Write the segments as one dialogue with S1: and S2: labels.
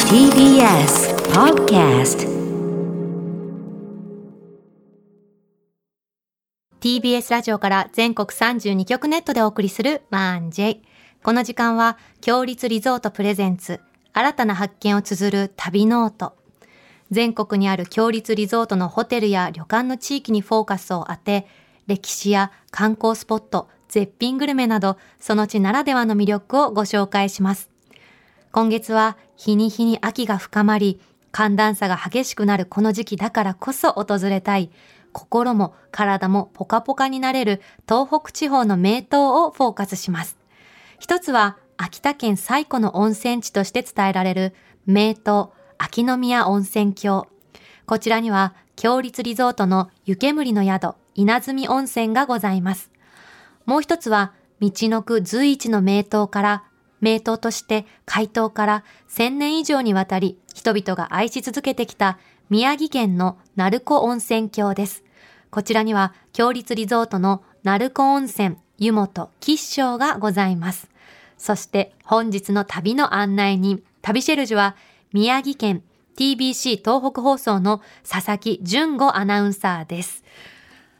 S1: TBS Podcast
S2: TBS ラジオから全国32局ネットでお送りするマーンジェイ。この時間は、強立リゾートプレゼンツ、新たな発見を綴る旅ノート。全国にある強立リゾートのホテルや旅館の地域にフォーカスを当て、歴史や観光スポット、絶品グルメなど、その地ならではの魅力をご紹介します。今月は日に日に秋が深まり、寒暖差が激しくなるこの時期だからこそ訪れたい、心も体もポカポカになれる東北地方の名湯をフォーカスします。一つは秋田県最古の温泉地として伝えられる名湯秋の宮温泉郷。こちらには強立リゾートの湯煙の宿稲積温泉がございます。もう一つは、道のく随一の名湯から、名湯として開湯から1000年以上にわたり人々が愛し続けてきた宮城県の鳴子温泉郷です。こちらには、強立リゾートの鳴子温泉、湯本、吉祥がございます。そして本日の旅の案内人、旅シェルジュは宮城県 TBC 東北放送の佐々木純子アナウンサーです。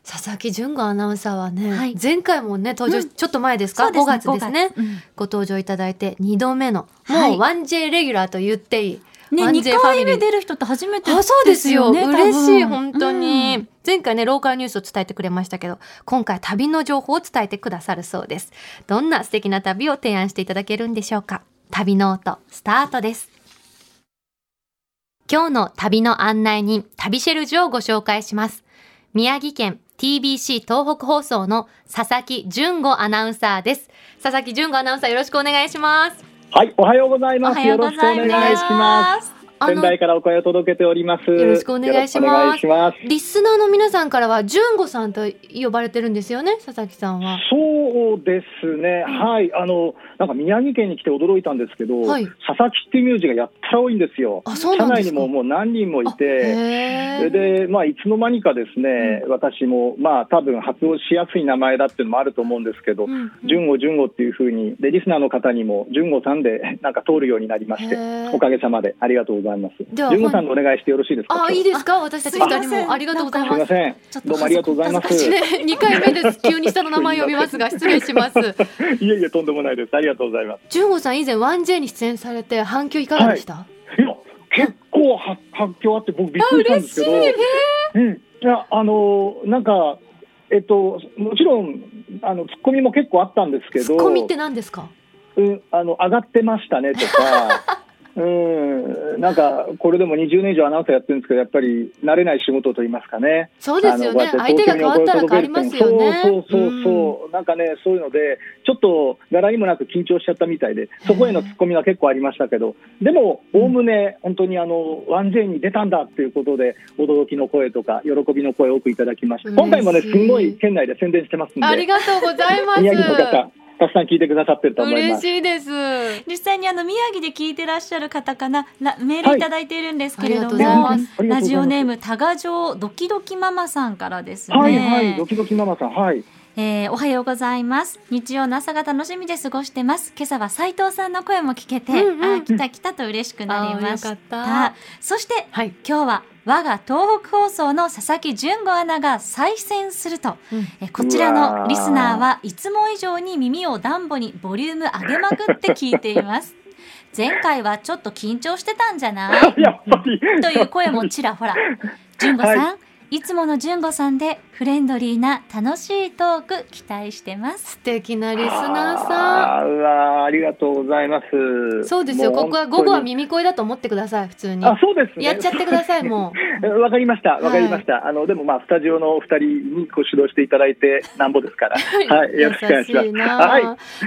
S3: 佐々木純子アナウンサーはね、
S2: はい
S3: 前回もね登場し、ちょっと前ですか
S2: そうですね
S3: 5月ですね
S2: 5月うん
S3: ご登場いただいて2度目の
S2: は
S3: も
S2: いう
S3: 1J レギュラーと言っていい、
S4: ね、
S3: 1J
S4: 二回目出る人って初めて
S3: あそうですよ
S4: ね
S3: 嬉しい
S4: 多分
S3: 本当に、
S4: うん
S3: 前回ねローカルニュースを伝えてくれましたけど今回は旅の情報を伝えてくださるそうですどんな素敵な旅を提案していただけるんでしょうか旅ノートスタートです
S2: 今日の旅の案内人、旅シェルジュをご紹介します。宮城県 TBC 東北放送の佐々木純子アナウンサーです。佐々木純子アナウンサーよろしくお願いします。
S5: はい、おはようござい
S2: お。
S5: ます。よろしくお願いしますす。
S2: あ
S5: 仙
S2: の、
S5: 台からお声を届けております。
S3: よろしくお願いします
S5: よろくお願いします
S3: リスナーの皆さんからは純子さんと呼ばれてるんですよね佐々木さんは
S5: そうですね、はい、あの、なんか宮城県に来て驚いたんですけど、
S3: はい
S5: 佐々木っていう名字がやったら多いんですよ。
S3: あそう
S5: 社
S3: なんで
S5: 内に
S3: すか
S5: ももう何人もいて、そ
S3: へー
S5: れで、まあ、いつの間にかですね、私も、まあ、多分発音しやすい名前だっていうのもあると思うんですけど、
S3: うんうん
S5: 順吾順吾っていうふうに、で、リスナーの方にも、順吾さんで、 なんか通るようになりまして
S3: へ、ー
S5: おかげさまで、ありがとうございます。
S3: では
S5: 順吾さんのお願いしてよろしいですか。
S3: あいいですか私たち二人もありがとうござい
S5: すみ
S3: ま
S5: ますせん。
S4: ちょっと
S5: どうもありがとうございます。
S3: 私ね2回目です急に下の名前呼びますが失礼し ます
S5: いえいえ、とんでもないです。ありがとうございます。
S3: 純子さん以前 1J に出演されて反響いかがでした、
S5: いや、結構は発狂あって、僕びっくりしたんですけど。うん、いや、あの、なんか、えっと、もちろん、あの、ツッコミも結構あったんですけど。
S3: ツッコミって何ですか
S5: うん、あの、上がってましたね とか。うん、なんか、これでも20年以上アナウンサーやってるんですけど、やっぱり慣れない仕事と言いますかね。
S3: そうですよね
S5: あの
S3: 相手が変わったら変わりますよね
S5: そうそうそうそう、なんかね、そういうので、ちょっと柄にもなく緊張しちゃったみたいで、そこへのツッコミは結構ありましたけど、でも、おおむね、本当にあの、1J に出たんだっていうことで、驚きの声とか、喜びの声を多くいただきました。
S3: 嬉しい
S5: 今回もね、すんごい県内で宣伝してますん
S3: あり
S5: で、
S3: がとうございます
S5: 宮城の方、たくさん聞いてくださってると思いま
S3: 嬉
S5: す
S3: し。いです
S4: 実際にあの宮城で聞いてらっしゃる方かならメールいただいているんですけれども、
S3: はいありがとうござい
S5: ますありがとうございます
S4: ラジオネーム多賀城ドキドキママさんからですね、
S5: はいはい、ドキドキママさん、はい。
S4: えーおはようございます日曜の朝が楽しみで過ごしてます今朝は斉藤さんの声も聞けて、
S3: うんうんうん
S4: あー来た来たと嬉しくなりました
S3: あーよかった
S4: そして
S3: はい
S4: 今日は我が東北放送の佐々木純子アナが再選すると、
S3: うん
S4: えこちらのリスナーはいつも以上に耳を暖房にボリューム上げまくって聞いてい ます。前回はちょっと緊張してたんじゃない
S5: やっぱり。
S4: という声もちらほら。純子さん、い、つもの純子さんでフレンドリーな楽しいトーク期待してます。
S3: 素敵なリスナーさん
S5: あーうわーありがとうございます。
S3: そうですよ
S5: も
S3: ここは午後は
S5: 本当に
S3: 耳声だと思ってください普通に
S5: あ、そうですね。
S3: やっちゃってくださいも
S5: えわかりました、わかりました。あの、でもまあ、スタジオのお二人にご指導していただいて、なんぼで すから。
S3: う
S5: はい、よろしくお願いしま
S3: 優
S5: す。
S3: しいな、
S5: はい、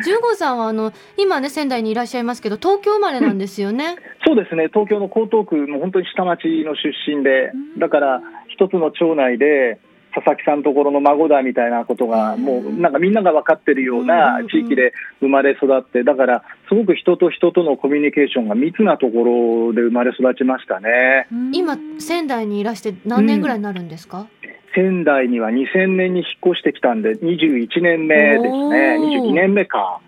S3: 純子さんはあの今ね仙台にいらっしゃいますけど東京生まれなんですよね
S5: そうですね、東京の江東区の本当に下町の出身で、だから、一つの町内で、佐々木さんところの孫だみたいなことが、もうなんかみんなが分かってるような地域で生まれ育って、だから、すごく人と人とのコミュニケーションが密なところで生まれ育ちましたね。
S3: 今仙台にいらして何年ぐらいになるんですか、
S5: 仙台には2000年に引っ越してきたんで、21年目ですね、
S3: おー
S5: 22年目か。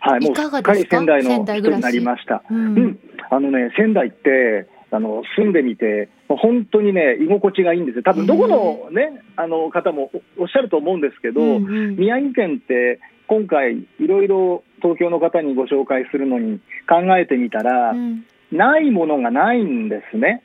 S5: はい、もう
S3: いか
S5: す
S3: が
S5: っか
S3: で
S5: り
S3: すか
S5: 仙台の
S3: 仙台暮
S5: 人
S3: らし
S5: になりました。
S3: うん
S5: うん、あのね、仙台って、あの住んでみて、本当にね、居心地がいいんですよ、多分どこの,、ね、あの方もおおっしゃると思うんですけど、宮城県って、今回、いろいろ東京の方にご紹介するのに考えてみたら、
S3: ん
S5: ないものがないんですね。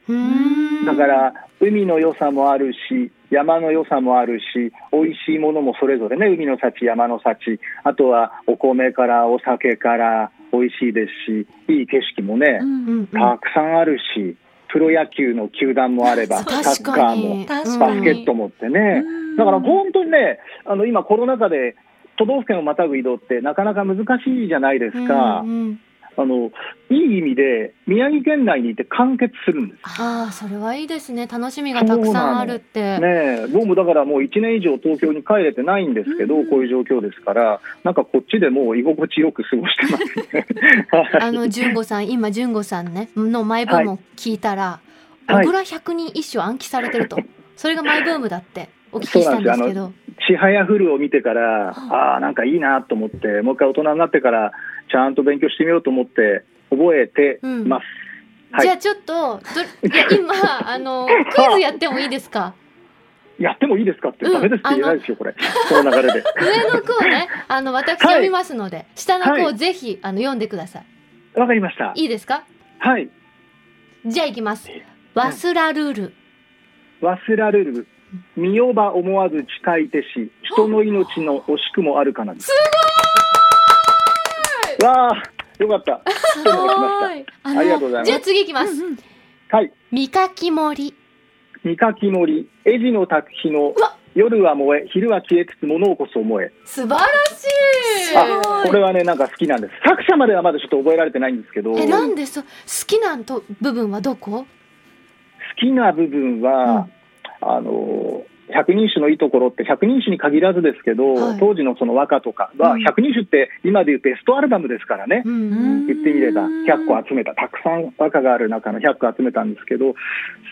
S5: だから海の良さもあるし山の良さもあるし美味しいものもそれぞれね海の幸山の幸あとはお米からお酒から美味しいですしいい景色もね、
S4: うん
S5: たくさんあるしプロ野球の球団もあればサ
S3: 確
S5: ッカ
S3: か
S5: ーも
S3: に
S4: 確か
S5: バ
S4: に
S5: スケットもってね、
S4: うん
S5: だから本当にねあの今コロナ禍で都道府県をまたぐ移動ってなかなか難しいじゃないですか、
S3: うんうん
S5: あのいい意味で宮城県内にいて完結するんです
S3: ああそれはいいですね楽しみがたくさんあるって、
S5: ねえ、僕もだからもう1年以上東京に帰れてないんですけど、こういう状況ですから、なんかこっちでもう居心地よく過ごしてますね。
S3: あの純子さん今純子さんねのマイブームを聞いたら「
S5: はい
S3: 小倉百人一首を暗記されてると」それがマイブームだってお聞きしたんですけど
S5: ちはやふるを見てから、ああ、なんかいいなと思って、もう一回大人になってから、ちゃんと勉強してみようと思って、覚えてます。はい
S3: じゃあちょっとどいや今あのクイズやってもいいですか
S5: やってもいいですかって、
S3: うん
S5: ダメですって言えないですよ、これ。この流れで。
S3: 上の句をねあの私
S5: はい
S3: 読みますので、下の句
S5: は
S3: を
S5: い
S3: ぜひあの読んでください
S5: わかりました。
S3: いいですか
S5: はい。
S3: じゃあいきますワスラルール
S5: 忘られる。見よば思わず誓い手し、人の命の惜しくもあるかな。すごい。わあ、よかった。す
S3: はーい
S4: あ
S5: ありがとうござい
S3: じゃ
S5: ま
S3: あ次いきます、
S4: うんうん
S5: す。はい、
S3: 三かき森
S5: 三かき森、絵地の滝日の夜は燃え、昼は消えつつ物をこそ思え。
S3: 素晴らしい
S5: あ、これはね、なんか好きなんです。作者まではまだちょっと覚えられてないんですけど、好
S3: えなんでそう好きなんと部分はどこ
S5: きな部分は、あの。百人種のいいところって百人種に限らずですけど、
S3: はい
S5: 当時のその和歌とかは百人種って今でいうベストアルバムですからね、
S3: うん
S4: う
S3: うん
S4: ん
S5: 言ってみれば100個集めたたくさん和歌がある中の100個集めたんですけど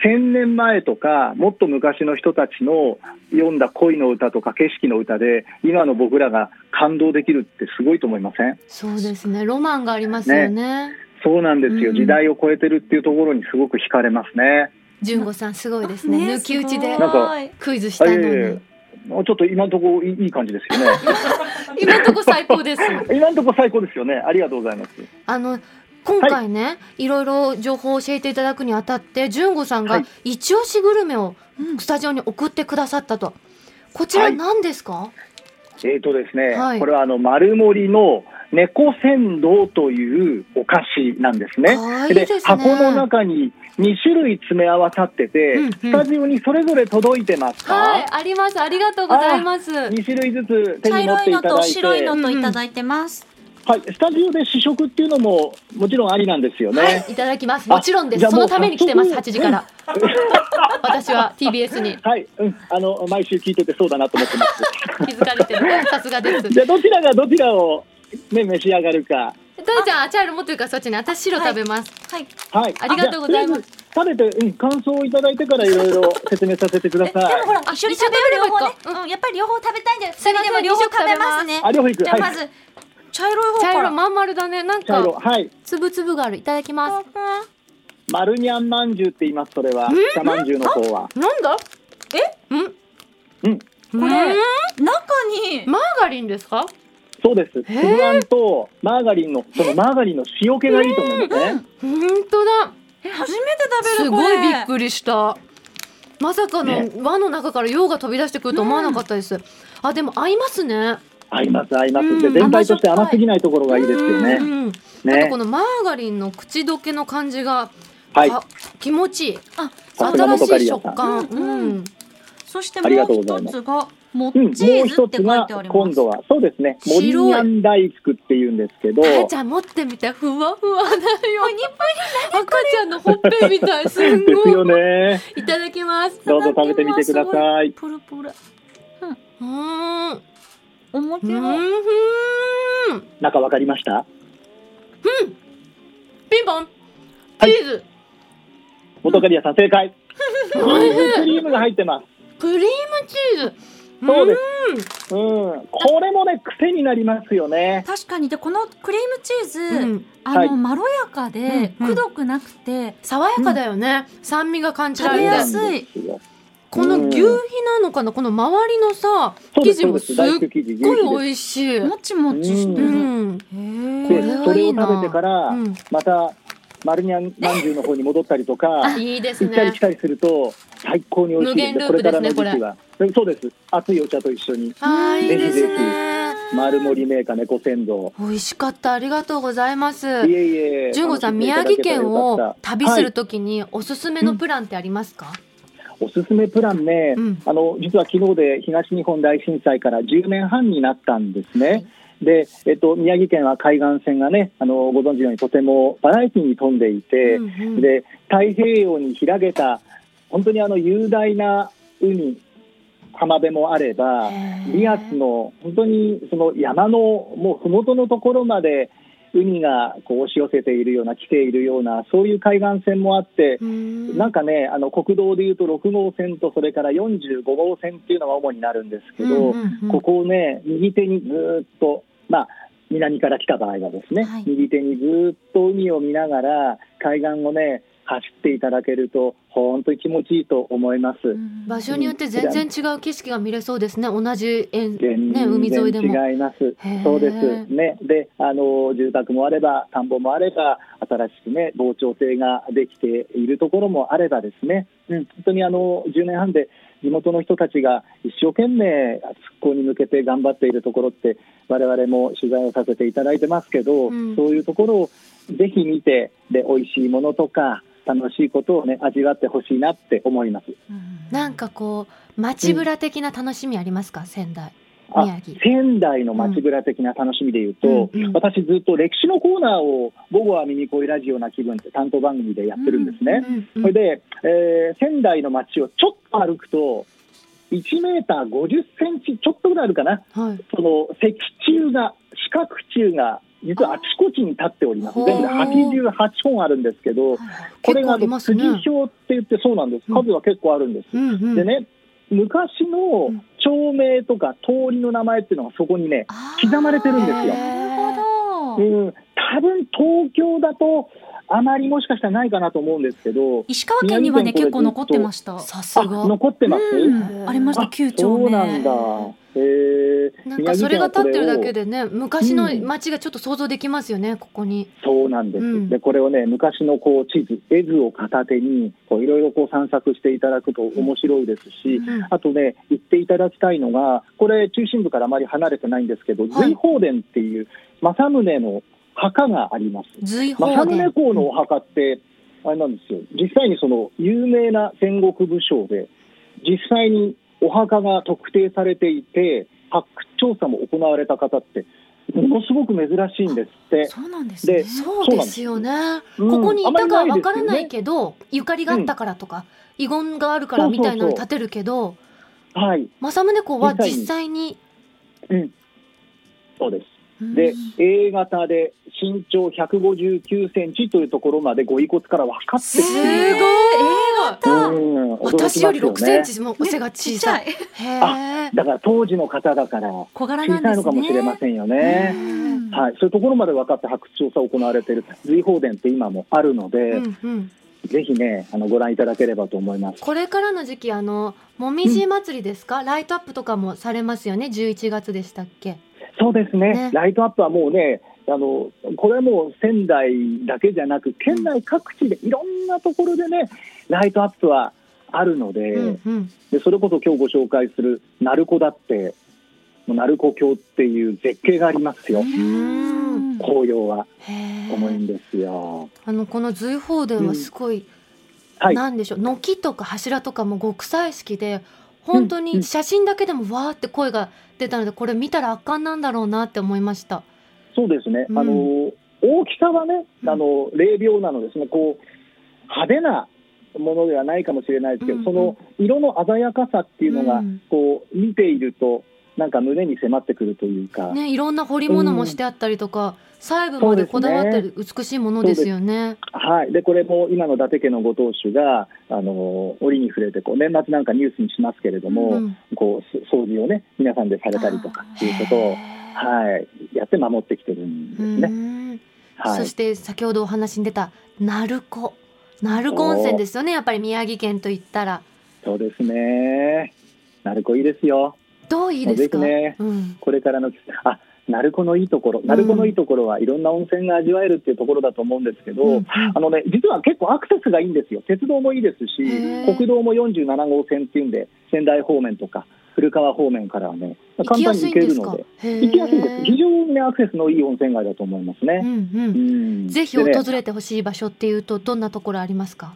S5: 1000年前とかもっと昔の人たちの読んだ恋の歌とか景色の歌で今の僕らが感動できるってすごいと思いません
S3: そうですねロマンがありますよね
S5: そうなんですよ
S3: うん
S5: 時代を超えてるっていうところにすごく惹かれますね
S3: 純子さんすごいですね抜き打ちで
S5: ごいなんか
S4: か
S3: クイズしたの
S5: あいえいえ
S3: に
S5: もうちょっと今のところいいいい感じですよ ね
S3: 今のとこ最高 です
S5: 今のところ最高ですよねありがとうございます
S3: あの今回ね、い、ろいろ情報を教えていただくにあたって純子さんが
S5: はい
S3: 一押しグルメを
S4: うん
S3: スタジオに送ってくださったと、こちら
S5: はい
S3: 何ですか、
S5: えーとですね、
S3: はい
S5: これはあの丸森の猫鮮道というお菓子なんですね。
S3: かわいいですね
S5: 箱の中に2種類詰め合わさってて、
S3: うんうん
S5: スタジオにそれぞれ届いてますか、
S3: はいありますありがとうございます
S5: 2種類ずつ手
S4: 茶
S5: に持っ
S4: 色い
S5: て
S4: の
S5: いただ
S4: と
S5: いて、
S4: 白いのといただいてます。
S5: はい、スタジオで試食っていうのももちろんありなんですよね。
S3: はいいただきますもちろんで
S5: じゃ
S3: す
S5: あ
S3: そ
S5: もう
S3: のために来てます8
S5: 早
S3: 時
S5: 速
S3: か ら私は TBS に
S5: はい、うん、あの毎週聞いててそうだなと思ってます。
S3: 気づかれてるさすがです
S5: じゃあどちらがどちらをね召し上がるか。
S3: トヨちゃん、チャール持ってるからそっちに。私白食べます。
S4: はい。
S5: はい、
S3: ありがとうございます
S5: じゃあ。とりあえず食べて、うん、感想をいただいてからいろいろ説明させてくだ
S4: えでも
S5: さい。
S4: ほら一緒に食べる両方ね
S3: 一緒に食べればいい。か
S4: うんやっぱり両方食べたいんで二
S3: すいま
S4: 人
S3: せん
S4: でも両方食べますね。
S5: あ、両方いく。
S4: じゃあま
S5: はい。
S4: ず茶色い方
S3: 茶
S4: か
S3: 色
S4: ら。
S3: まん丸だね。なん
S5: 茶色、
S3: か、
S5: はい。
S3: つぶつぶがある。いただきま
S5: 丸にゃんまんじゅうって言います、それは。茶まんじゅうの方は。
S3: す。なんだえん
S5: うん、
S3: これ、
S4: 中に
S3: マーガリンですか
S5: そうです。
S3: へー
S5: 粒あんとマーガリンの、そのマーガリンの塩気がいいと思いますね。
S3: ほんとだ。
S4: え初めて食べ
S3: す
S4: るこ
S3: ご
S4: れ。
S3: いびっくりした。まさか
S5: ね
S3: の輪の中から用が飛び出してくると思わなかったです。あ、でも合いますね。
S5: 合います、合いま
S3: う
S5: す。
S3: ん
S5: で、全体とし
S4: 甘じょっぱ
S5: て
S4: い
S5: 甘すぎないところがいいですよ
S3: う
S5: ね。
S3: んうん。あと
S5: ね
S3: こ。のマーガリンの口どけの感じが、
S5: はい。
S3: あ気持ちいい。
S4: あ
S5: さすが
S3: 新
S5: 元
S3: し
S5: カ
S3: い
S5: リア
S3: 食
S5: さ
S3: 感。
S4: うんうん
S3: うん。
S4: そしても
S5: ありがと
S4: う
S5: うござい
S4: 一
S5: ま
S4: つ
S5: す
S4: がもっ
S5: うん、もう
S4: チーズっ
S5: 一
S4: て
S5: つ
S4: 書い
S5: が
S4: てありま
S5: 今
S4: す
S5: 度。はそうですね
S3: 白い
S5: 森にゃん大福っていうんですけど
S3: あやちゃん持ってみてふわふわだよ赤ちゃんのほっぺみたいすん
S5: です
S3: ご
S5: よ
S3: い、
S5: ね
S3: いただきます
S5: どうぞ食べてみてください
S4: プルプル。
S3: うーんう
S4: 表の
S3: ーん
S5: 中わかりました
S3: ピンポンチ
S5: はい
S3: ーズ、
S5: 元カリアさん正解チーズクリームが入ってます
S3: クリームチーズ
S5: そうです
S3: う
S5: うん、これもね、癖になりますよね。
S4: 確かにでこのクリームチーズ、
S3: うん
S4: あの、
S5: はい
S4: まろやかで、
S3: うんう
S4: く
S3: ん
S4: どくなくて
S3: 爽やかだよね、酸味が感じられ
S4: 食べや
S3: て
S4: すい
S3: この牛皮なのかなこの周りのさ
S5: そ
S3: 生
S5: うで
S3: 地
S5: すそう
S3: も
S5: です
S3: っ
S5: す。大豆生地、牛
S3: ご
S5: 皮
S3: い美味しい、
S4: もちもちして
S3: う
S4: る、
S3: ん、
S4: へ
S5: で
S4: え
S5: す。
S3: こ
S5: そ
S3: れ
S5: れ
S3: はいい
S5: を
S3: な
S5: 食べてから
S3: うん、
S5: また丸にゃんまんじゅうの方に戻ったりとか、
S3: いいです
S5: 行ったり
S3: ね
S5: 来たりすると最高に美味しい
S3: 無限ループですね
S5: これからの時期は。そうです。熱いお茶と一緒に
S3: あーいいで
S5: ぜ
S3: す
S5: ひぜ
S3: ね
S5: 丸森メーカー猫先導。
S3: 美味しかったありがとうございます
S5: いえいえ。
S3: 純子さん
S5: 楽し
S3: 宮
S5: でい
S3: 城
S5: ただけたら
S3: 県
S5: よか
S3: を
S5: った
S3: 旅するときにおすすめのプランってありますか、
S5: おすすめプランね、
S3: うん
S5: あの実は昨日で東日本大震災から10年半になったんですね。でえっと、宮城県は海岸線がねあのご存知のようにとてもバラエティに富んでいて、
S3: うんうん
S5: で太平洋に開けた本当にあの雄大な海浜辺もあれば
S3: へー
S5: リアスの本当にその山のもう麓のところまで海がこう押し寄せているような来ているようなそういう海岸線もあって、
S3: うん
S5: なんかね、あの国道でいうと6号線とそれから45号線っていうのが主になるんですけど、
S3: うんうんうん
S5: ここをね、右手にずーっと、まあ、南から来た場合はですね、
S4: はい
S5: 右手にずーっと海を見ながら、海岸をね、走っていただけると、本当に気持ちいいと思います。
S4: うん
S3: 場所によって全然違う景色が見れそうですね同じ円
S5: 全
S3: ね海沿いでも
S5: 然違います
S3: へー。
S5: そうです。ね。で、あの、住宅もあれば、田んぼもあれば、新しくね、防潮堤ができているところもあればですね、うん、本当にあの、10年半で地元の人たちが一生懸命復興に向けて頑張っているところって、我々も取材をさせていただいてますけど、
S3: うん
S5: そういうところをぜひ見て、で、美味しいものとか、楽しいことをね、味わってほしいなって思います。
S3: なんかこう街ぶら的な楽しみありますか、仙台
S5: あ
S3: 宮城
S5: 仙台の街ぶら的な楽しみで言うと、
S3: うんうん
S5: 私ずっと歴史のコーナーを「午後は耳恋ラジオな気分」って担当番組でやってるんですね。
S3: うんうん
S5: それで、えー仙台の街をちょっと歩くと1メーター50センチちょっとぐらいあるかな
S3: はい
S5: その石柱が四角柱が実はあちこちに立っております
S3: ほう
S5: 全部で88本あるんですけどこれ
S3: 結構
S5: が
S3: あ
S5: あ
S3: り
S5: の
S3: ますね
S5: 辻表って言ってそうなんです数は結構あるんです。
S3: うんうん
S5: でね、昔の
S3: うん
S5: 町名とか通りの名前っていうのがそこにね、
S4: あー
S5: 刻まれてるんですよ。
S4: なるほ
S5: う
S4: ど
S5: ん、多分東京だとあまりもしかしたらないかなと思うんですけど、
S4: 石川県にはね
S5: 宮
S4: 結
S5: 城県
S4: 構残ってました
S3: さす
S5: あ
S3: が
S5: 残ってます、
S4: うんありました
S5: あ
S4: 9丁
S5: そう
S4: 目
S5: なんだ。へー
S3: なんかそれが立ってるだけ。でね昔の
S5: うん
S3: 街がちょっと想像できますよねここに
S5: 宮城県はこれをそうなんです。
S3: うん
S5: で、これをね、昔のこう地図、絵図を片手に、こういろいろこう散策していただくと面白いですし、
S3: うん
S5: あとね、言っていただきたいのが、これ、中心部からあまり離れてないんですけど、
S3: はい
S5: 瑞鳳殿っていう政宗の墓があります。
S3: 随宝
S5: 政宗
S3: 殿
S5: 公のお墓って、あれなんですよ、実際にその有名な戦国武将で、実際にお墓が特定されていて、発掘調査も行われた方って、ものすごく珍しいんですって。
S4: そうなんですね
S5: で
S3: そうですよね
S5: うん
S3: ここにいたかわからない
S5: あ
S3: けどゆかりがあったからとか遺言があるからみたいなのに建てるけど
S5: まりないですよねはい、
S3: 政宗公は実際に
S5: うん、そうです。
S4: うん
S5: で、A 型で身長159センチというところまでご遺骨から分かって
S3: す
S5: き
S3: ごい
S5: ている。うん、驚きます
S3: 私より6セン
S5: ね。
S3: チも背が小
S4: ちっち
S3: さ
S4: ゃ
S3: い
S4: い
S3: へえ
S5: だから当時の方だから小
S4: 小柄な
S5: さい
S4: ん
S5: の
S4: です
S5: かもしれま
S4: ね
S5: せんよ
S4: う
S5: ね。
S4: ん
S5: はい、そういうところまで分かって発掘調査を行われている瑞宝殿って今もあるので、
S3: うんうん
S5: ぜひねあのご覧いただければと思います。
S3: これからの時期あのもみじ祭りですか、ライトアップとかもされますよね11月でしたっけ
S5: そうですね
S3: ね
S5: ライトアップはもうねあのこれはもう仙台だけじゃなく県内各地でいろんなところでねライトアップはあるので、
S3: うんうん
S5: でそれこそ今日ご紹介する鳴子だってもう鳴子峡っていう絶景がありますよ
S4: うん
S5: 紅葉は
S3: へ
S5: 重い
S3: え
S5: んですよ、
S3: あのこの随宝殿はすごい、
S5: はい
S3: なんでしょう軒とか柱とかも極彩色で本当
S5: うんう
S3: に
S5: ん
S3: 写真だけでもわーって声が出たのでこれ見たら圧巻なんだろうなって思いました
S5: そうですね、
S3: うん
S5: あの大きさはねあの霊廟なのですねこう派手なものではないかもしれないですけど、
S3: うんうん
S5: その色の鮮やかさっていうのが、
S3: うん
S5: こう見ているとなんか胸に迫ってくるというか、
S3: ね、いろんな彫り物もしてあったりとか、細部までこだわってる美しいものですよね。
S5: はい、でこれも今の伊達家のご当主が、あの折に触れてこう年末なんかニュースにしますけれども、
S3: うん
S5: こうす掃除をね皆さんでされたりとかっていうことを、はい、やって守ってきてるんですね。
S3: うん
S5: は
S3: そ
S5: い
S3: して先ほどお話に出た鳴子鳴子温泉ですよねやっぱり宮城県と言ったら
S5: そうですね。鳴子いいですよ。
S3: どういいですか
S5: そうですね
S3: うん、
S5: これからの季節あ鳴子のいいところ鳴子のいいところはいろんな温泉が味わえるっていうところだと思うんですけど、
S3: うんうん
S5: あのね実は結構アクセスがいいんですよ鉄道もいいです
S3: へ
S5: し
S3: ー
S5: 国道も47号線っていうんで仙台方面とか古川方面からはね
S3: 行
S5: 簡
S3: きや
S5: 単に
S3: すい
S5: 行
S3: ん
S5: け
S3: で
S5: る
S3: す
S5: の
S3: か
S5: で
S3: へー
S5: 行きやすいです非常にねアクセスのいい温泉街だと思います
S3: うん
S5: ね、
S3: う
S5: うんん
S3: ぜひ
S5: で
S3: 訪
S5: ね
S3: れてほしい場所っていうとどんなところありますか、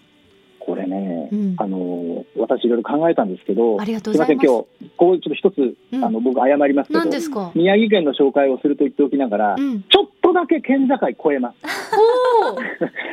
S5: これね、
S3: うん
S5: あの私いろいろ考えたんですけど
S3: ありがとう
S5: すい
S3: ご
S5: ま
S3: ざい
S5: せん今
S3: ま
S5: 日
S3: す
S5: ここちょっと一つ、
S3: うん
S5: あの僕謝りますけど
S3: 何ですか、
S5: 宮城県の紹介をすると言っておきながら、
S3: うん、
S5: ちょっとだけ県境越えます。
S3: おー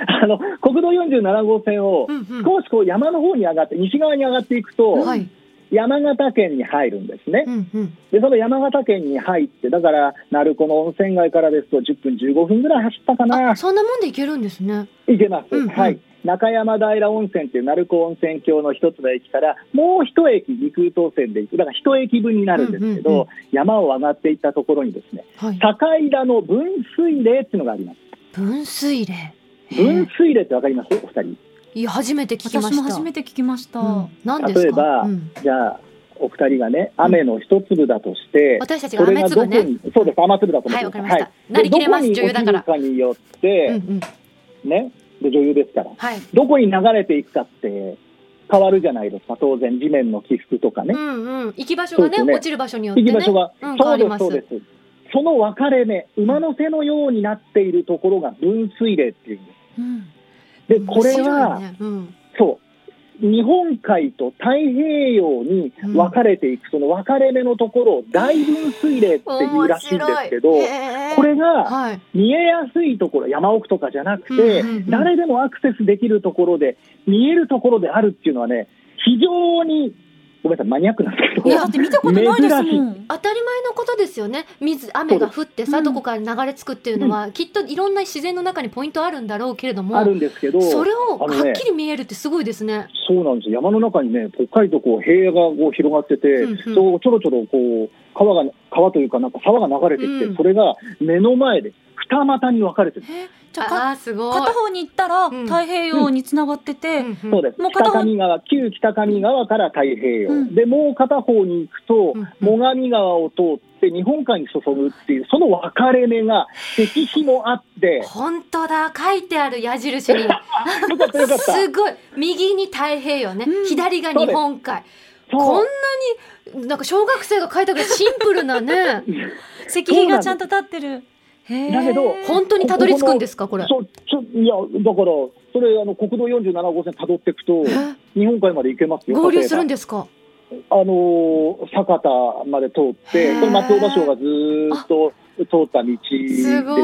S5: あの国道47号線を
S3: うんうん
S5: 少しこう山の方に上がって西側に上がっていくと
S3: はい、
S5: 山形県に入るんですね
S3: う。んうん、
S5: でその山形県に入ってだから鳴子の温泉街からですと10分15分ぐらい走ったかな
S3: あ。そんなもんで行けるんですね
S5: 行けます。
S3: うんうん
S5: はい。中山平温泉っていう鳴子温泉郷の一つの駅からもう一駅陸空東線で行くだから一駅分になるんですけど、
S3: うんうんうん
S5: 山を上がっていったところにですね
S3: はい
S5: 境田の分水嶺っていうのがあります。
S3: 分水嶺へ
S5: 分
S3: ー
S5: 水嶺ってわかりますお二人。
S3: いや初めて聞きました
S4: 私も初めて聞きました、
S3: うん、何ですか
S5: 例えば
S3: うん、
S5: じゃあお二人がね雨の一粒だとして、
S3: 私たち
S5: そ
S3: が
S5: れ
S3: 雨
S5: がどこ
S3: 粒
S5: に、
S3: ね
S5: そうです雨粒だと
S3: は
S5: 思っ
S3: い
S5: て
S3: わか
S5: く
S3: り
S5: だ
S3: まし
S5: さい
S3: た、なりきれます
S5: でどこ
S3: 女優
S5: に
S3: だから
S5: 落ちるかによっ
S3: うんう
S5: て、
S3: ん
S5: ねで女優ですから
S3: はい
S5: どこに流れていくかって変わるじゃないですか当然地面の起伏とかね
S3: う、んうん、行き場所がね
S5: そうですね
S3: 落ちる場所によって
S5: 行
S3: ね
S5: き場所が、
S3: うん変
S5: そ
S3: わ
S5: う
S3: り
S5: です
S3: ます
S5: そうですその分かれ目馬の背のようになっているところが分水嶺っていうんです
S4: うん
S5: でこれ
S3: 面白
S5: は、
S3: いねうん、
S5: そう日本海と太平洋に分かれていく、その分かれ目のところを大分水嶺っていうらしいんですけど
S3: 面白いへー
S5: これが
S3: はい
S5: 見えやすいところ山奥とかじゃなくて、
S3: うんうんうん
S5: 誰でもアクセスできるところで見えるところであるっていうのはね非常にごめんなさいマニアックなんですけ
S4: いや
S5: ど
S4: だって見たことないです
S5: 珍しい
S4: もん
S3: 当たり前のことですよね水雨が降って
S4: そう
S3: さ、
S4: です
S3: どこかに流れ着くっていうのは、きっといろんな自然の中にポイントあるんだろうけれども
S5: あるんですけど
S3: それを
S5: あの
S3: は
S5: ね
S3: っきり見えるってすごいですね
S5: そうなんですよ山の中にね北海道こう平野がこう広がってて、
S3: うんうん
S5: そうちょろちょろこう川が川というかなんか沢が流れてきて、
S3: うん
S5: それが目の前で二股に分かれてる、
S4: えじゃあか
S3: ああーすごい
S4: 片方に行ったら
S3: うん
S4: 太平洋につながってて、
S3: うんうん
S5: そうです
S4: もう片
S5: 北
S4: 方
S5: 上川旧北上川から太平洋、
S4: うん
S5: でもう片方に行くと、
S3: うん
S5: 最上川を通って日本海に注ぐっていうその分かれ目が石碑もあって
S3: 本当だ書いてある矢印に
S5: よかったよかった
S3: すごい右に太平洋ね、
S4: うん
S3: 左が日本海こ
S5: そ
S3: ん
S5: う
S3: なになんか小学生が書いたぐらいシンプルな ね
S4: 石碑がちゃんと立ってるへー
S5: だけど
S3: 本当にたどり着くんですかこれ
S5: そうちょいやだからそれあの国道47号線たどっていくと日本海まで行けますよ
S3: 合流するん
S5: で
S3: ですか
S5: あのー酒田まで通って
S3: へー
S5: それ松尾芭蕉がずーっと通った道です
S3: すごい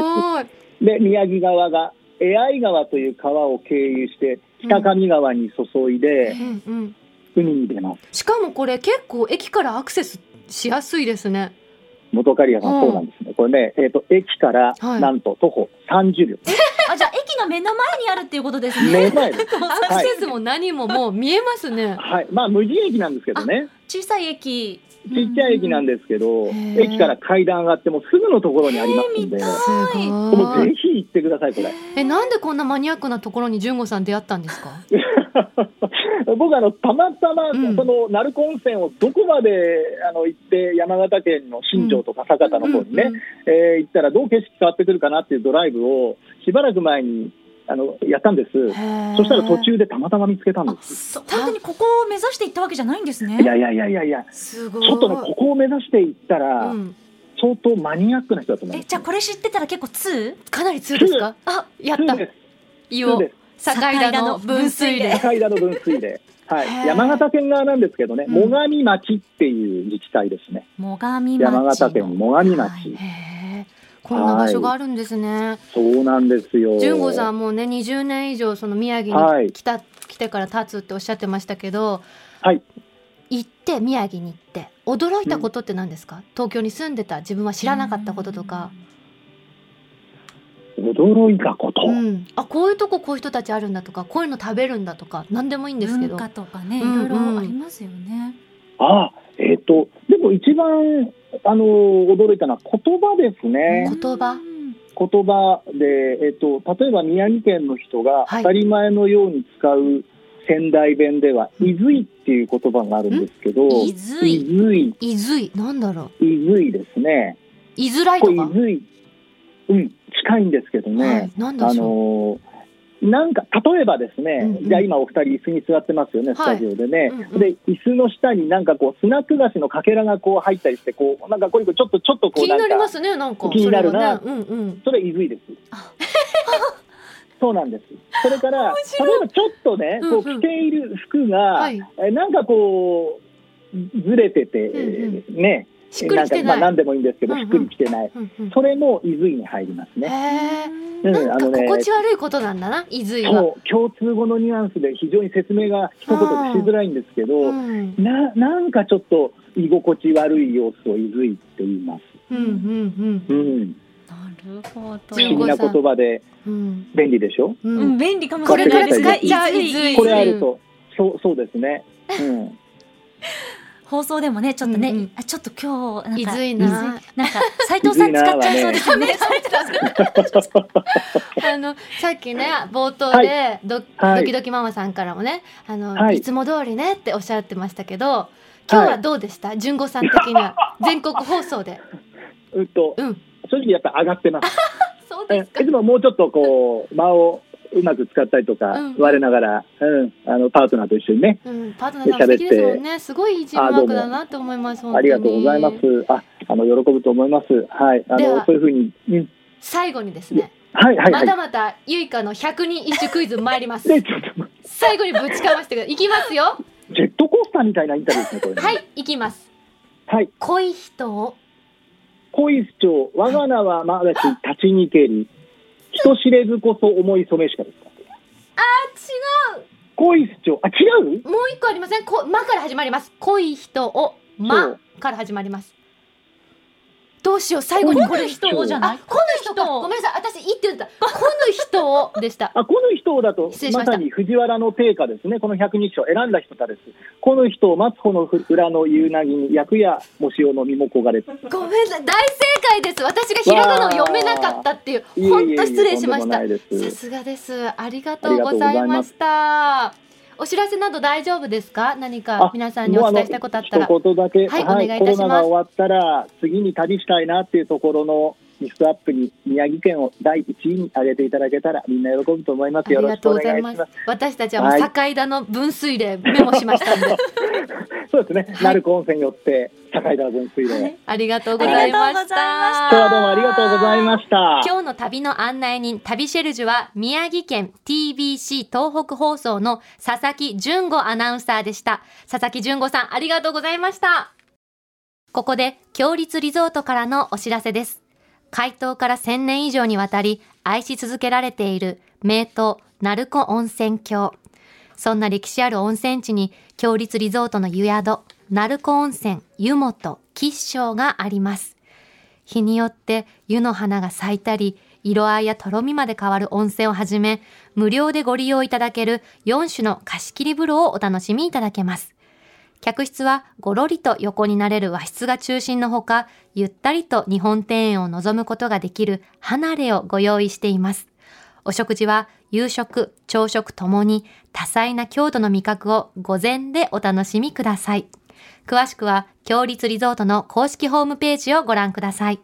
S5: で宮城側が江合川という川を経由して北上川に注いで
S3: うんうん
S5: 海に出ます、
S3: しかもこれ結構駅からアクセスしやすいですね
S5: 元刈谷さん、
S3: うん
S5: そうなんですねこれね、えー、と駅から
S3: はい
S5: なんと徒歩30秒、
S4: あじゃあ駅が目の前にあるっていうことです
S5: 目
S4: ね
S5: の前です、
S3: アクセスも何ももう見えますね
S5: はい、まあ無人駅なんですけどね
S4: 小さい駅
S5: ちっちゃい駅なんですけど、
S3: へー
S5: 駅から階段上がってもすぐのところにありますんで、
S3: す
S4: い
S5: も
S3: ご
S5: う
S3: い
S5: ぜひ行ってくださいこれ
S3: えなんでこんなマニアックなところに純子さん出会ったんですか
S5: 僕あのたまたま、
S3: うん
S5: その鳴子温泉をどこまであの行って山形県の新庄とか酒田の方にね、
S3: うんうん
S5: えー行ったらどう景色変わってくるかなっていうドライブをしばらく前にあのやったんです
S3: へー
S5: そしたら途中でたまたま見つけたんです
S4: そう本当にここを目指して行ったわけじゃないんですね
S5: いやいやいやいやいや
S3: すごい
S5: ちょっとねここを目指して行ったら、
S3: うん
S5: 相当マニアックな人だと思い
S4: え
S5: ます
S4: じゃあこれ知ってたら結構2
S3: かなり強いですかあやっ
S5: そ
S3: た
S5: うです
S3: 伊
S5: そう
S3: を
S5: です
S3: 境田の分水嶺
S5: 高井田の分水で、は
S3: へ
S5: い、
S3: ー
S5: 山形県側なんですけどね、
S3: うん
S5: 最上町っていう自治体ですね
S4: 最上町
S5: 山形県最上町、
S4: はい
S3: へえこんな場所があるんですね。
S5: そうなんですよ
S3: 純子さんもね20年以上その宮城
S5: は
S3: に
S5: い
S3: 来た、来てから経つっておっしゃってましたけど、
S5: はい
S3: 行って宮城に行って驚いたことって何ですか、東京に住んでた自分は知らなかったこととか、
S5: 驚いたこと、
S3: うん、あこういうとここういう人たちあるんだとかこういうの食べるんだとか何でもいいんですけど
S4: 文化とかねい
S3: うん
S4: ろ
S3: うん
S4: いろありますよね。
S5: あえっ、とでも一番あの驚いたのは言葉ですね、
S3: 言葉
S4: うん
S5: 言葉で、えっと例えば宮城県の人が
S3: はい
S5: 当たり前のように使う仙台弁では「いずい」っていう言葉があるんですけど
S4: いずい
S5: ずい」
S3: いずいなんだろう
S5: 「いずい」ですね
S3: いづらい
S5: ことれ
S3: か
S5: い、ずい」うん近いんですけどね、
S3: はい、なんで
S5: あ
S3: しょう、
S5: のーなんか例えばですね、
S3: うんうん
S5: じゃあ今お二人椅子に座ってますよね、
S3: い
S5: スタジオでね、
S3: うんうん
S5: で椅子の下になんかこうスナック菓子のかけらがこう入ったりしてこうなんかこういうこうちょっとちょっとこう
S3: 気に
S5: なんか
S3: なりますねなんか
S5: 気になるな
S3: それはねうんうん
S5: それいずいです そうなんですそれから例えばちょっとねこう
S3: うんうん
S5: 着ている服が、
S3: はい
S5: えなんかこうずれてて、
S3: うん
S5: ね
S3: しっくりきてなんい、
S5: なかまあ何でもいいんですけど、
S3: うんうん
S5: しっくりきてない
S3: うんうん
S5: それもいずいに入りますね、
S3: へえ
S5: うん
S3: なん
S5: あ
S3: か
S5: のね
S3: 心地悪いことなんだな、いずいは。
S5: そう共通語のニュアンスで非常に説明が一言でしづらいんですけど、
S3: うん
S5: ななんかちょっと居心地悪い様子をいずいって言います、
S3: うんうん
S5: うん、
S4: なるほど。
S5: 不思議
S3: 15
S5: な言葉で
S3: うん
S5: 便利でしょ
S3: う
S4: うんん、便利かもし
S5: こ
S4: れ
S5: れ
S4: ないです
S5: から
S4: が、
S5: 使っ
S3: ちゃう
S4: いずい
S5: これあるとそうそうですね、 うん、
S4: 放送でもね、ちょっとね、
S3: うんうん
S4: あちょっと今日、なん
S3: い
S4: か、
S3: ずいな。
S4: なんか、斉藤さん使っちゃいそうですよね。
S3: あのさっきね冒頭でド,、
S5: はい
S3: ドキドキママさんからもね、あの、、
S5: はいい
S3: つも通りねっておっしゃってましたけど、今日はどうでした？純子さん的に は全国放送で。
S5: うんと、
S3: うん
S5: 正直やっぱ上がってます
S3: そう
S5: えいつももうちょっとこう間をうまく使ったりとか、
S3: うん
S5: 我ながら、うん、あのパートナーと一緒にね、
S3: うん、パートナーさん素敵ですもんね。すごいいいチームワークだなと思います。本当
S5: あ
S3: に
S5: りがとうございますああの喜ぶと思いますはいあ
S3: で
S5: の
S3: は
S5: そういうふうに、うん、
S3: 最後にですね、
S5: はいはいは
S3: ま
S5: い
S3: だまだゆいかの百人一首クイズ参ります。
S5: でちょっと
S3: 最後にぶちかましてください。いきますよ。
S5: ジェットコースターみたいなインタビューですね、これ ね。
S3: は。い、いきます。
S5: はい。
S3: 恋人を。
S5: 恋主張、我が名はまだし、立ちにけり。人知れずこそ思い染めしかですか。恋主張、あ、違う
S3: もう一個ありません。こ、まから始まります。恋人を。
S5: そ
S3: ま
S5: う
S3: から始まります。どうしよう、最後にこれ。
S4: 人をじゃな
S3: あ、
S4: い
S3: この人か。ごめんなさい、私、いいって言った。この人をでした。
S5: あ、この人をだと
S3: 失礼、しま
S5: ま
S3: した
S5: さに藤原の定家ですね。この百日章選んだ人たです。この人を待つ穂の裏の夕凪に、役やもしおの身も焦がれつ。
S3: ごめんなさい、大正解です。私がひらがなを読めなかったっていう。
S5: いえいえいえ
S3: 本当失礼しまし
S5: とんでも
S3: た
S5: な。いです
S3: さすがです。ありがとうございました。お知らせなど大丈夫ですか何か
S5: あ
S3: 皆さんにお伝えしたことあったら。
S5: もうあの一言だけ、
S3: はいお願いい
S5: コ
S3: たしま
S5: ロ
S3: す
S5: ナが終わったら、次に旅したいなっていうところのリストアップに、宮城県を第一位に挙げていただけたら、みんな喜ぶと思いま
S3: あ
S5: す。
S3: り
S5: よろ
S3: が
S5: しく
S3: とう
S5: お
S3: ござ
S5: 願
S3: い
S5: いしま。
S3: ますす。私たちはもう
S5: はい
S3: 境田の分水嶺メモしましたん で、
S5: そうですね、鳴子温泉寄って、境田分水
S4: は
S5: 嶺
S4: い。
S3: ありがとうございました。
S5: 今日はどうもありがとうございました。
S3: 今日の旅の案内人、旅シェルジュは宮城県 TBC 東北放送の佐々木純吾アナウンサーでした。佐々木純吾さん、ありがとうございました。ここで、強立リゾートからのお知らせです。開湯から1000年以上にわたり愛し続けられている名湯、鳴子温泉郷。そんな歴史ある温泉地に、強立リゾートの湯宿、鳴子温泉、湯本、吉祥があります。日によって湯の花が咲いたり、色合いやとろみまで変わる温泉をはじめ、無料でご利用いただける4種の貸し切り風呂をお楽しみいただけます。客室はごろりと横になれる和室が中心のほか、ゆったりと日本庭園を望むことができる離れをご用意しています。お食事は夕食、朝食ともに多彩な郷土の味覚を午前でお楽しみください。詳しくは、強立リゾートの公式ホームページをご覧ください。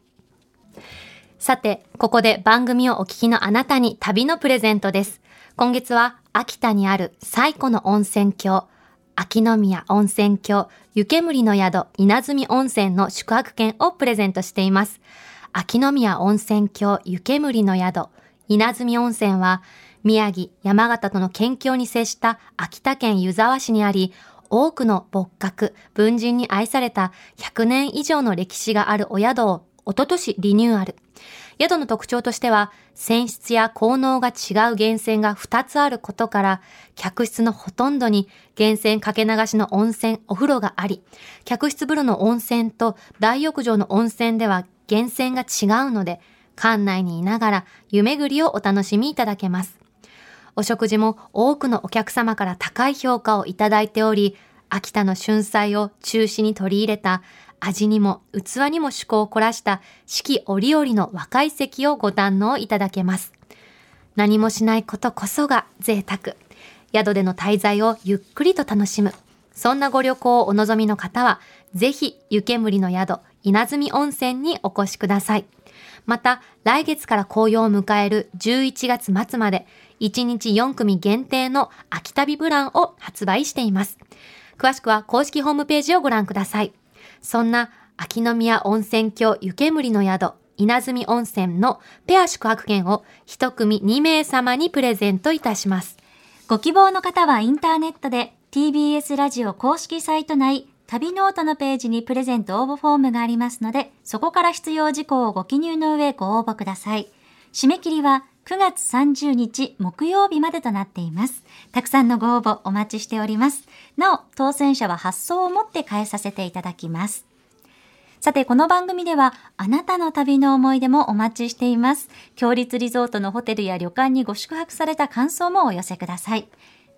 S3: さて、ここで番組をお聞きのあなたに旅のプレゼントです。今月は、秋田にある最古の温泉郷、秋の宮温泉郷、湯煙の宿、稲積温泉の宿泊券をプレゼントしています。秋の宮温泉郷、湯煙の宿、稲積温泉は、宮城、山形との県境に接した秋田県湯沢市にあり、多くの仏閣、文人に愛された100年以上の歴史があるお宿を、おととしリニューアル。宿の特徴としては、泉質や効能が違う源泉が2つあることから、客室のほとんどに源泉かけ流しの温泉、お風呂があり、客室風呂の温泉と大浴場の温泉では源泉が違うので、館内にいながら湯巡りをお楽しみいただけます。お食事も多くのお客様から高い評価をいただいており、秋田の春菜を中心に取り入れた、味にも器にも趣向を凝らした四季折々の若い席をご堪能いただけます。何もしないことこそが贅沢。宿での滞在をゆっくりと楽しむ。そんなご旅行をお望みの方は、ぜひ湯煙の宿、稲積温泉にお越しください。また、来月から紅葉を迎える11月末まで、1日4組限定の秋旅ブランを発売しています。詳しくは公式ホームページをご覧ください。そんな秋の宮温泉郷湯煙の宿、稲積温泉のペア宿泊券を一組2名様にプレゼントいたします。
S4: ご希望の方はインターネットで TBS ラジオ公式サイト内旅ノートのページにプレゼント応募フォームがありますので、そこから必要事項をご記入の上ご応募ください。締め切りは9月30日木曜日までとなっています。たくさんのご応募お待ちしております。なお、当選者は発送をもって返させていただきます。さて、この番組では、あなたの旅の思い出もお待ちしています。強立リゾートのホテルや旅館にご宿泊された感想もお寄せください。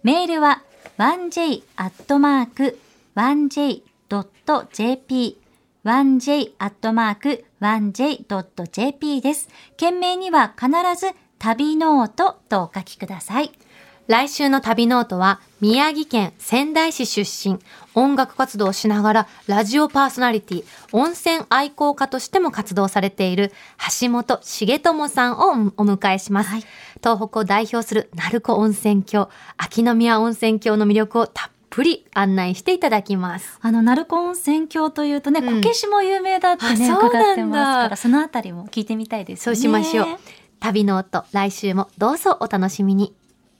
S4: メールは、1j.1j.jp 1j.1j.jp です。件名には必ず、旅ノートとお書きください。
S3: 来週の旅ノートは宮城県仙台市出身、音楽活動をしながらラジオパーソナリティ、温泉愛好家としても活動されている橋本重友さんをお迎えします。東北を代表する鳴子温泉郷、秋の宮温泉郷の魅力をたっぷり案内していただきます。
S4: あの、鳴子温泉郷というとね、
S3: うん
S4: こけしも有名だってね、
S3: あそう
S4: 伺っ
S3: なんだ
S4: てますから、そのあたりも聞いてみたいです
S3: そ
S4: よ
S3: う
S4: ね。
S3: しましょう。旅ノート、来週もどうぞお楽しみに。